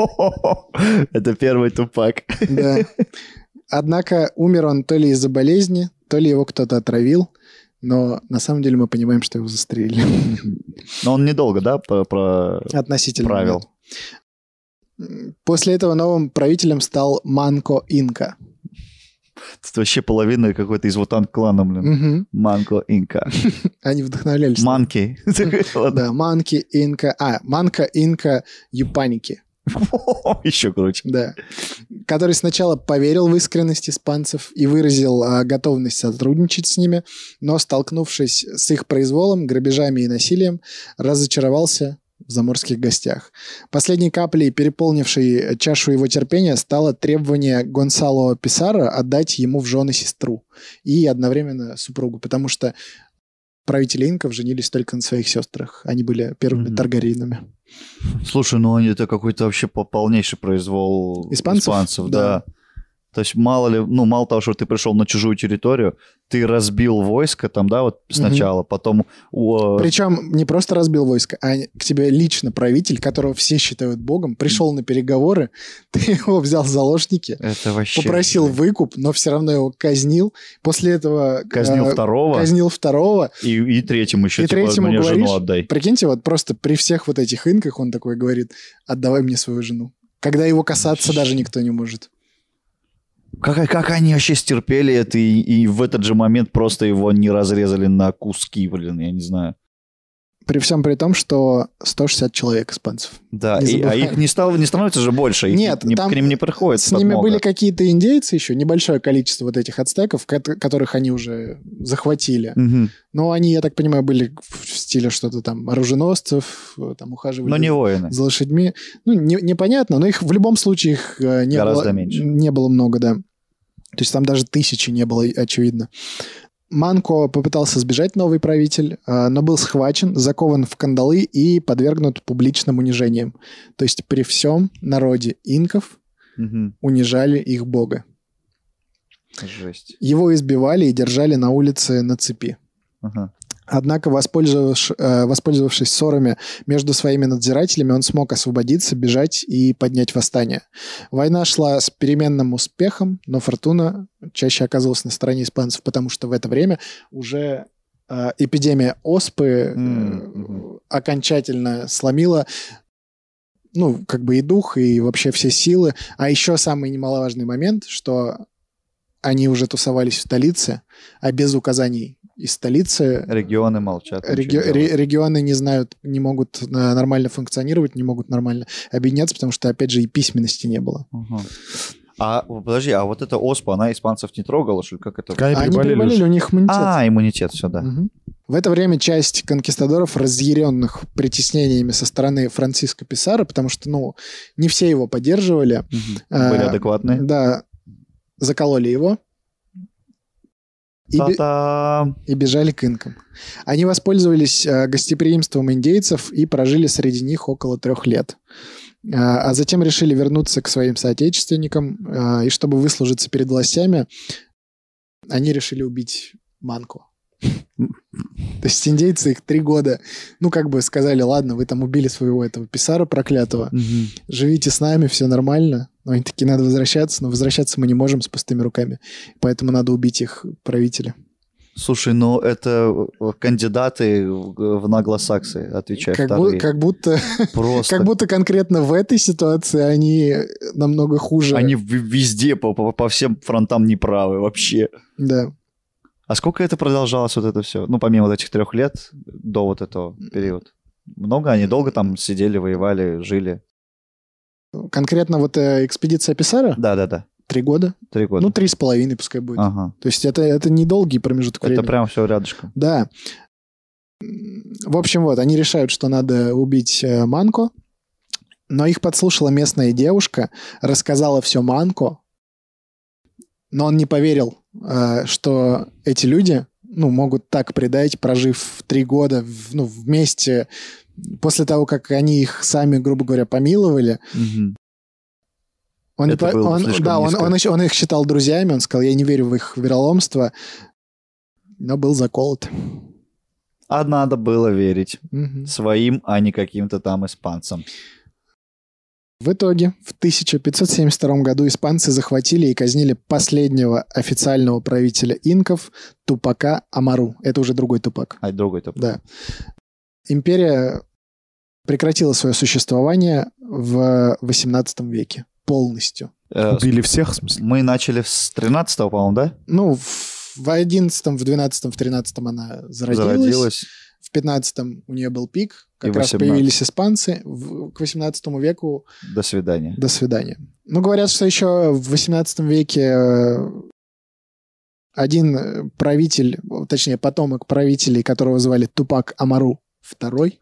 Это первый тупак.
Да. Однако умер он то ли из-за болезни, то ли его кто-то отравил, но на самом деле мы понимаем, что его застрелили.
Но он недолго, да, по- про...
Относительно.
Правил.
нет. После этого новым правителем стал Манко Инка.
Тут вообще половина какой-то из вот клана, блин.
Мгм.
Манко Инка.
Они вдохновлялись.
Манки. Ладно.
Да, манки, инка... А, манка, инка, юпаники.
Еще круче.
Да. Который сначала поверил в искренность испанцев и выразил а, готовность сотрудничать с ними, но, столкнувшись с их произволом, грабежами и насилием, разочаровался в заморских гостях. Последней каплей, переполнившей чашу его терпения, стало требование Гонсало Писаро отдать ему в жены сестру и одновременно супругу, потому что правители инков женились только на своих сестрах. Они были первыми
Мгм.
таргаринами.
Слушай, ну они- это какой-то вообще по- полнейший произвол
Испанцев? Да.
да. То есть мало ли, ну мало того, что ты пришел на чужую территорию, ты разбил войско там, да, вот сначала, потом у, э,
Причем не просто разбил войско, а к тебе лично правитель, которого все считают богом, пришел на переговоры, ты его взял в заложники,
это вообще
попросил выкуп, но все равно его казнил. После этого э,
казнил второго
казнил второго.
и, и третьему еще
и
типа
третьему
мне
говоришь,
жену отдай.
Прикиньте, вот просто при всех вот этих инках он такой говорит, отдавай мне свою жену. Когда его касаться даже никто не может.
Как, как они вообще стерпели это и, и в этот же момент просто его не разрезали на куски, блин, я не знаю.
При всем при том, что 160 человек испанцев.
Да,
Не
и- а
забывай.
их не стало, не становится же больше, их
Нет,
не-
там
к ним не приходит.
С ними
подмога.
были какие-то индейцы еще, небольшое количество вот этих ацтеков, кот- которых они уже захватили.
Мгм.
Ну, они, я так понимаю, были в стиле что-то там оруженосцев, э, там ухаживали
Но не воины.
за лошадьми. Ну, не- непонятно, но их в любом случае их э, не,
Гораздо
было,
меньше.
не было много, да. То есть там даже тысячи не было, очевидно. Манко попытался сбежать новый правитель, э, но был схвачен, закован в кандалы и подвергнут публичным унижениям. То есть при всем народе инков
Мгм.
унижали их бога.
Жесть.
Его избивали и держали на улице на цепи.
Ага.
Однако, воспользовавш- э, воспользовавшись ссорами между своими надзирателями, он смог освободиться, бежать и поднять восстание. Война шла с переменным успехом, но фортуна чаще оказывалась на стороне испанцев, потому что в это время уже э, эпидемия оспы э,
М, мгм.
окончательно сломила ну, как бы и дух, и вообще все силы. А еще самый немаловажный момент, что они уже тусовались в столице, а без указаний из столицы
Регионы молчат.
Реги-
ничего не делают.
ре- регионы не знают, не могут э, нормально функционировать, не могут нормально объединяться, потому что, опять же, и письменности не было.
Ага. А о, подожди, а вот эта оспа, она испанцев не трогала, что ли? Как это?
Они
А Они
переболели
переболели,
уже.
у них иммунитет.
А, иммунитет, все, да.
Мгм. В это время часть конкистадоров, разъяренных притеснениями со стороны Франциско Писара, потому что, ну, не все его поддерживали,
Мгм.
А,
Были адекватные.
да, закололи его. И, бе-
Та-та!
и бежали к инкам. Они воспользовались э, гостеприимством индейцев и прожили среди них около трех лет. Э, а затем решили вернуться к своим соотечественникам, э, и чтобы выслужиться перед властями, они решили убить Манку. То есть индейцы их три года, ну, как бы сказали, ладно, вы там убили своего этого писара проклятого,
Мгм.
живите с нами, все нормально. Но они такие, надо возвращаться, но возвращаться мы не можем с пустыми руками, поэтому надо убить их правителя.
Слушай, ну это э, кандидаты в в наглосаксы, отвечаю.
Как, бу-
вторые.
как будто
Просто.
Как будто конкретно в этой ситуации они намного хуже.
Они в- везде по, по- по всем фронтам неправы вообще.
Да.
А сколько это продолжалось, вот это все? Ну, помимо вот этих трех лет до вот этого периода. Много они долго там сидели, воевали, жили.
Конкретно вот э, экспедиция Писара
Да, да, да.
три года.
Три года.
Ну, три с половиной пускай будет.
ага.
То есть это, это недолгий промежуток
Это
времени.
прям все рядышком.
Да. М, В общем, вот, они решают, что надо убить э, Манко. Но их подслушала местная девушка, рассказала все Манку, но он не поверил, э, что эти люди ну, могут так предать, прожив три года в- ну, вместе, после того, как они их сами, грубо говоря, помиловали.
Мгм.
Он, не
Это
по-
было
он-
слишком
да, он,
низко.
он ещё- он их считал друзьями, он сказал, я не верю в их вероломство, но был заколот.
А надо было верить
Мгм.
своим, а не каким-то там испанцам.
В итоге в 1572 году испанцы захватили и казнили последнего официального правителя инков Тупака Амару. Это уже другой Тупак.
А другой то
Да. Империя прекратила свое существование в 18 веке полностью.
Э,
Убили всех, в смысле?
мы начали с 13 по-моему, да?
Ну, в в 11, в 12, в 13 она зародилась.
Зародилась.
В 15 у нее был пик. Как
И
раз
18.
появились испанцы. В- к 18 веку
До свидания.
До свидания. Ну, говорят, что еще в 18 веке э, один э, правитель, о, точнее, потомок правителей, которого звали Тупак Амару II,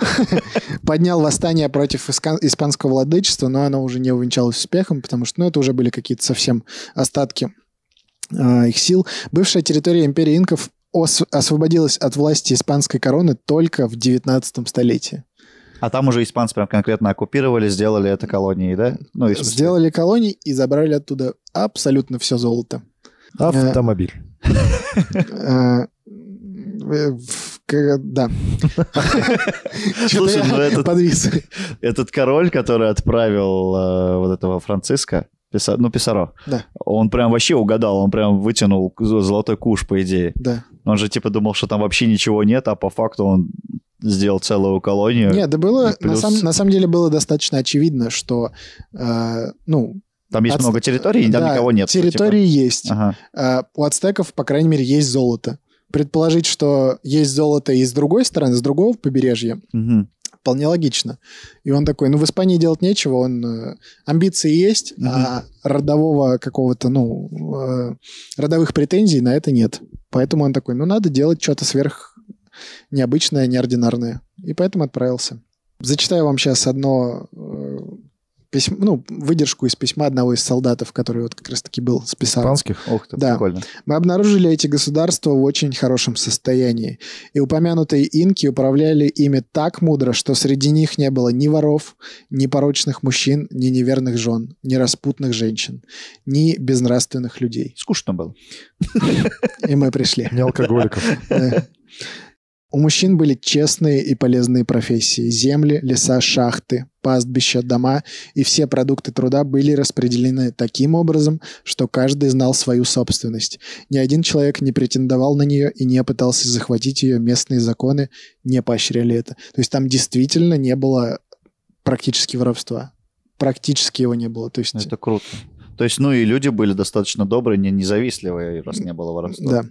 поднял восстание против иска- испанского владычества, но оно уже не увенчалось успехом, потому что ну, это уже были какие-то совсем остатки э, их сил. Бывшая территория империи инков ос- освободилась от власти испанской короны только в 19 столетии.
А там уже испанцы прям конкретно оккупировали, сделали это колонией, да? Ну, и, в смысле,
Сделали колонии и забрали оттуда абсолютно все золото.
Автомобиль.
Э, э, в- к- Да.
Слушай, ну
Чё-то я
этот-
Подвис.
Этот король, который отправил э, вот этого Франциска, Писа- ну, Писаро,
Да.
он прям вообще угадал, он прям вытянул к- золотой куш, по идее.
Да.
Он же типа думал, что там вообще ничего нет, а по факту он сделал целую колонию.
Нет, да было...
и плюс-
На самом- на самом деле было достаточно очевидно, что... э, Ну,
Там есть
Отст-
много территорий, и там
да,
никого нет.
территории
типа.
есть.
Ага.
Э, У ацтеков, по крайней мере, есть золото. Предположить, что есть золото и с другой стороны, с другого побережья,
Мгм.
вполне логично. И он такой, ну, в Испании делать нечего, он... э, Амбиции есть, а родового какого-то, ну, э, родовых претензий на это нет. Поэтому он такой, ну, надо делать что-то сверх необычное, неординарное. И поэтому отправился. Зачитаю вам сейчас одно э, письмо, ну, выдержку из письма одного из солдатов, который вот как раз-таки был с Писаром.
Испанских.
Ух ты,
Да.
прикольно.
Мы обнаружили эти государства в очень хорошем состоянии, и упомянутые инки управляли ими так мудро, что среди них не было ни воров, ни порочных мужчин, ни неверных жен, ни распутных женщин, ни безнравственных людей.
Скучно было.
И мы пришли.
Не алкоголиков.
Да. У мужчин были честные и полезные профессии. Земли, леса, шахты, пастбища, дома и все продукты труда были распределены таким образом, что каждый знал свою собственность. Ни один человек не претендовал на нее и не пытался захватить ее. Местные законы не поощряли это. То есть там действительно не было практически воровства. Практически его не было. То есть...
Ну, Это круто. То есть, ну и люди были достаточно добрые, не независтливые, раз не было воровства.
Да.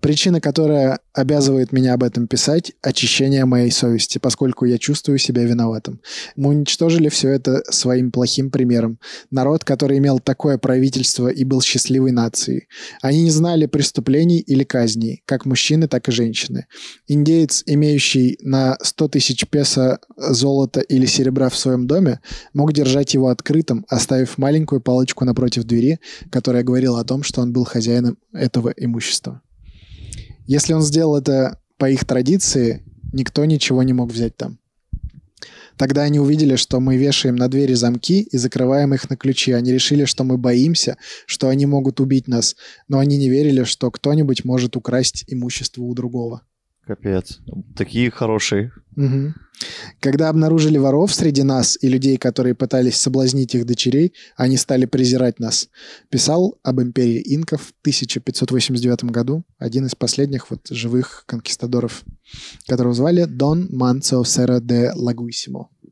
Причина, которая обязывает меня об этом писать, очищение моей совести, поскольку я чувствую себя виноватым. Мы уничтожили все это своим плохим примером. Народ, который имел такое правительство и был счастливой нацией. Они не знали преступлений или казней, как мужчины, так и женщины. Индеец, имеющий на 100 тысяч песо золота или серебра в своем доме, мог держать его открытым, оставив маленькую палочку напротив двери, которая говорила о том, что он был хозяином этого имущества. Если он сделал это по их традиции, никто ничего не мог взять там. Тогда они увидели, что мы вешаем на двери замки и закрываем их на ключи. Они решили, что мы боимся, что они могут убить нас, но они не верили, что кто-нибудь может украсть имущество у другого.
Капец. Такие хорошие.
Мгм. Когда обнаружили воров среди нас и людей, которые пытались соблазнить их дочерей, они стали презирать нас. Писал об империи инков в 1589 году один из последних вот живых конкистадоров, которого звали Дон Манцо Сера де Лагуисимо. Ну,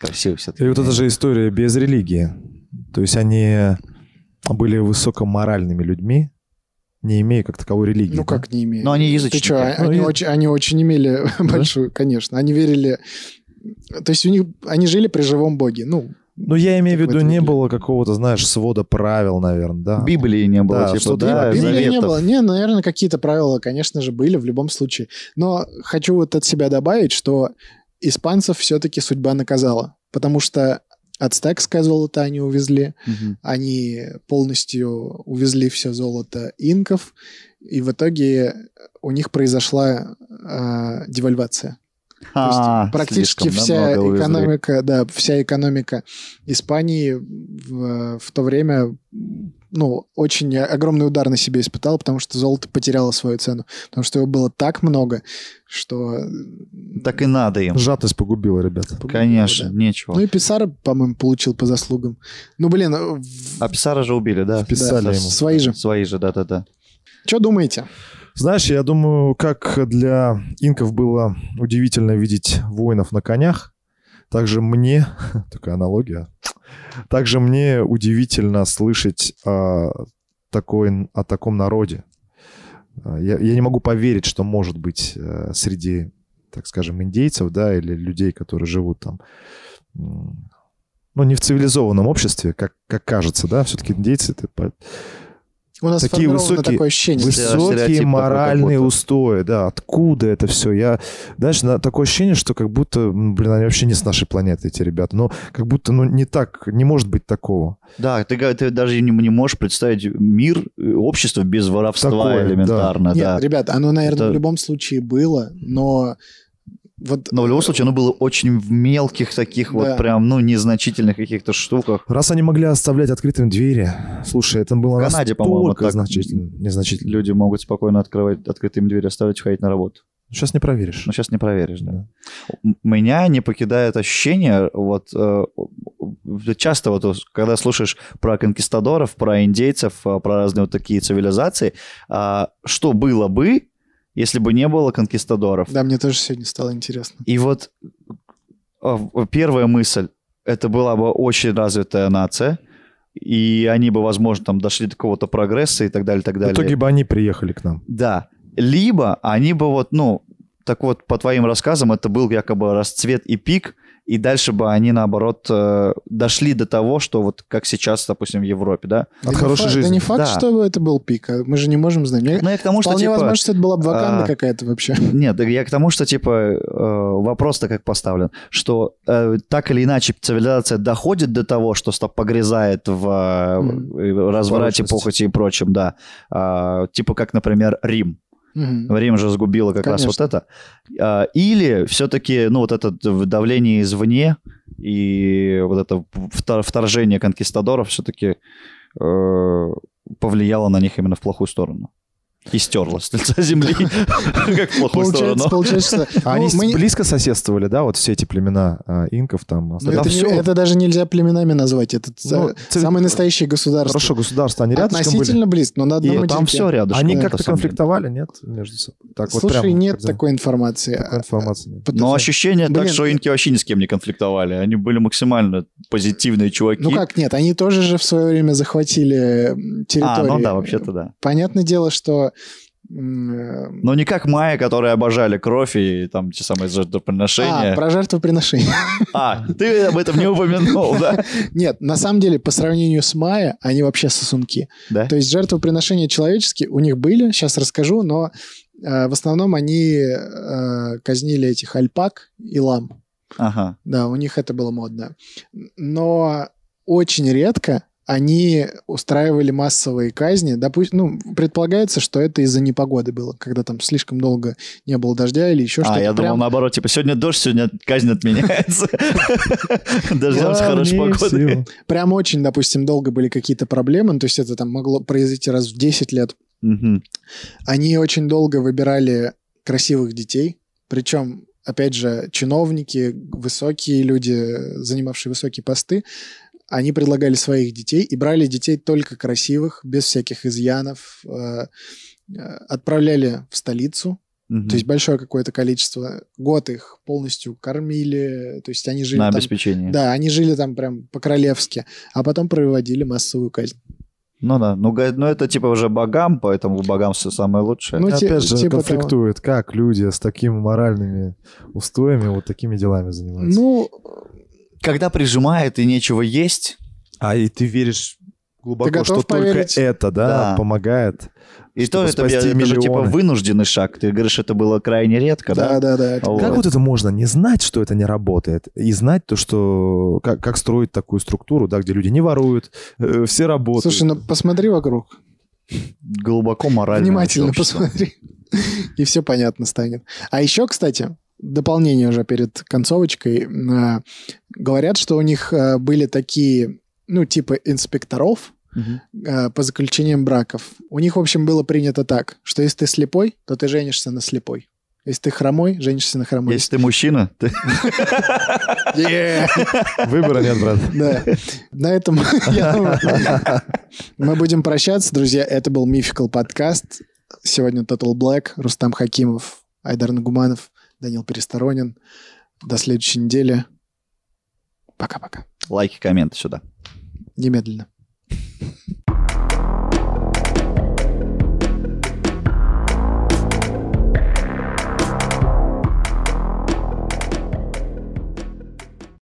Красивые все-таки.
И вот это же история без религии. То есть они были высокоморальными людьми, не имея как таковой религии.
Ну
да?
как не имели?
Но они
Ты
язычники.
чё, а
Ну,
они,
и-
очень, они очень имели большую, конечно. Они верили... То есть у них... Они жили при живом боге. Ну,
Ну, я имею в
Такой
виду, не
религии.
было какого-то, знаешь, свода правил, наверное, да.
Библии не было,
Да,
типа,
что-то
да,
типа Библии
Библии
заветов.
не было. Не, наверное, какие-то правила, конечно же, были в любом случае. Но хочу вот от себя добавить, что испанцев все-таки судьба наказала. потому что от стекское золото они увезли,
Мгм.
они полностью увезли все золото инков, и в итоге у них произошла э, девальвация. То есть
А,
практически
слишком
вся
намного увезли.
экономика, да, вся экономика Испании в, в то время, ну, очень огромный удар на себе испытала, потому что золото потеряло свою цену, потому что его было так много, что
Так и надо им.
Сжатость погубила, ребята.
Конечно,
да.
нечего.
Ну и Писара, по-моему, получил по заслугам. Ну, блин,
А Писара же убили, да?
Вписали
Да,
ему.
Свои же.
Свои же, да-да-да.
что думаете?
Знаешь, я думаю, как для инков было удивительно видеть воинов на конях, также мне, такая аналогия, также мне удивительно слышать о, такой, о таком народе. А, Я, я не могу поверить, что может быть э, среди, так скажем, индейцев, да, или людей, которые живут там, м, ну, не в цивилизованном обществе, как, как кажется, да, все-таки индейцы, это по-
У нас
Такие
сформировано
высокие-
такое ощущение.
Выс- Стереотип такой
Высокие
как
моральные
будто.
устои, да, откуда это все? Я, знаешь, на- такое ощущение, что как будто, м, блин, они вообще не с нашей планеты, эти ребята. Ну, как будто, ну, не так, не может быть такого.
Да, ты, га- ты даже не, не можешь представить мир, э, общество без воровства
Такое, да.
элементарно,
Нет,
да.
ребят, оно, наверное,
Это-
в любом случае было, но вот
Но в любом случае оно было очень в мелких таких
Да.
вот прям, ну, незначительных каких-то штуках.
Раз они могли оставлять открытыми двери, слушай, это было
В Канаде, по-моему,
настолько
так-
значительно, незначительно.
Люди могут спокойно открывать открытыми двери, оставлять, уходить на работу.
Сейчас не проверишь.
Но Ну, сейчас не проверишь, да. М- Меня не покидает ощущение, вот э, часто вот когда слушаешь про конкистадоров, про индейцев, э, про разные вот такие цивилизации, а, что было бы, если бы не было конкистадоров?
да, мне тоже сегодня стало интересно.
И вот а, в- первая мысль, это была бы очень развитая нация, и они бы, возможно, там дошли до какого-то прогресса и так далее, и так
В
далее.
итоге бы они приехали к нам.
Да. Либо они бы вот, ну, так вот, по твоим рассказам, это был якобы расцвет и пик, и дальше бы они, наоборот, э, дошли до того, что вот как сейчас, допустим, в Европе, да?
От
Да не
хорошей
факт-
жизни.
Да не факт,
Да.
что это был пик, а мы же не можем знать. Мне-
Ну, я к тому, что,
Вполне
типа...
возможно, что это была бы ваканда
а,
какая-то вообще.
Нет, так я к тому, что, типа, э, вопрос-то как поставлен, что э, так или иначе цивилизация доходит до того, что ста- погрязает в э,
Мгм.
э, разврате,
Порочности.
похоти и прочем, да. А, типа, как, например, Рим.
Мгм.
Время же сгубило как раз вот
Конечно.
это. А, Или все-таки, ну, вот это д- давление извне и вот это втор- вторжение конкистадоров все-таки повлияло на них именно в плохую сторону. И стерло с лица земли. Как в плохую сторону.
Получается, получается, что-
А
ну,
они с-
мы не-
близко соседствовали, да, вот все эти племена а, инков там.
ну,
остались?
Да
это, не-
всё.
это даже нельзя племенами назвать. Это
Ну,
са-
цивили-
самые настоящие государства.
Хорошо, государства, они рядышком были.
Относительно близко, но на одном
И там
материке.
все рядышком.
Они
на
как-то
самом деле.
конфликтовали, нет, между собой? Так вот
Слушай,
прямо,
нет
когда-
такой информации. а,
такой информации нет.
Но ощущение так,
Блин, э,
что инки вообще ни с кем не конфликтовали. Они были максимально позитивные чуваки.
Ну как нет, они тоже же в свое время захватили м,
А,
территории.
ну да, вообще-то да.
Понятное дело, что м,
Но не как майя, которые обожали кровь и там те самые жертвоприношения.
а, про жертвоприношение.
А, ты об этом не упомянул, да?
Нет, на самом деле, по сравнению с Майя, они вообще сосунки.
Да.
То есть жертвоприношения человеческие у них были, сейчас расскажу, но э, в основном они э, казнили этих альпак и лам.
Ага.
Да, у них это было модно. Но очень редко они устраивали массовые казни. Допустим, ну, предполагается, что это из-за непогоды было, когда там слишком долго не было дождя или еще
а,
что-то.
я
Ну Прям-
думал, наоборот, типа, сегодня дождь, сегодня казнь отменяется. Дождемся хорошей
Главнее
погоды.
всего.
прям очень, допустим, долго были какие-то проблемы, ну, то есть это там могло произойти раз в 10 лет.
Мгм.
Они очень долго выбирали красивых детей, причем, опять же, чиновники, высокие люди, занимавшие высокие посты, они предлагали своих детей и брали детей только красивых, без всяких изъянов, э, э, отправляли в столицу,
Мгм.
то есть большое какое-то количество, год их полностью кормили, то есть они жили
На
там
обеспечение.
да, они жили там прям по-королевски, а потом проводили массовую казнь.
Ну да, ну га- ну это типа уже богам, поэтому богам все самое лучшее.
Ну, те-
Опять же,
типа
конфликтует, как люди с такими моральными устоями вот такими делами занимаются.
Ну,
Когда прижимает и нечего есть,
а и ты веришь глубоко,
готов
что
поверить?
только это, да,
Да.
помогает.
И
чтобы
то это,
спасти
это же типа
миллионы.
вынужденный шаг. Ты говоришь, это было крайне редко, да?
Да, да, да.
Вот.
Как вот это можно не знать, что это не работает, и знать то, что как, как строить такую структуру, да, где люди не воруют, э, все работают.
Слушай, ну посмотри вокруг.
Глубоко морально.
Внимательно посмотри. И все понятно станет. А еще, кстати, дополнение уже перед концовочкой. э, Говорят, что у них э, были такие, ну, типа инспекторов э, по заключениям браков. У них, в общем, было принято так, что если ты слепой, то ты женишься на слепой. Если ты хромой, женишься на хромой.
Если ты мужчина, ты...
Е,
Выбора нет, брат.
Да. На этом я думаю, мы будем прощаться, друзья. Это был Мификал подкаст. Сегодня Total Black, Рустам Хакимов, Айдар Нагуманов, Данил Пересторонин. До следующей недели. Пока-пока.
лайки, комменты сюда.
Немедленно.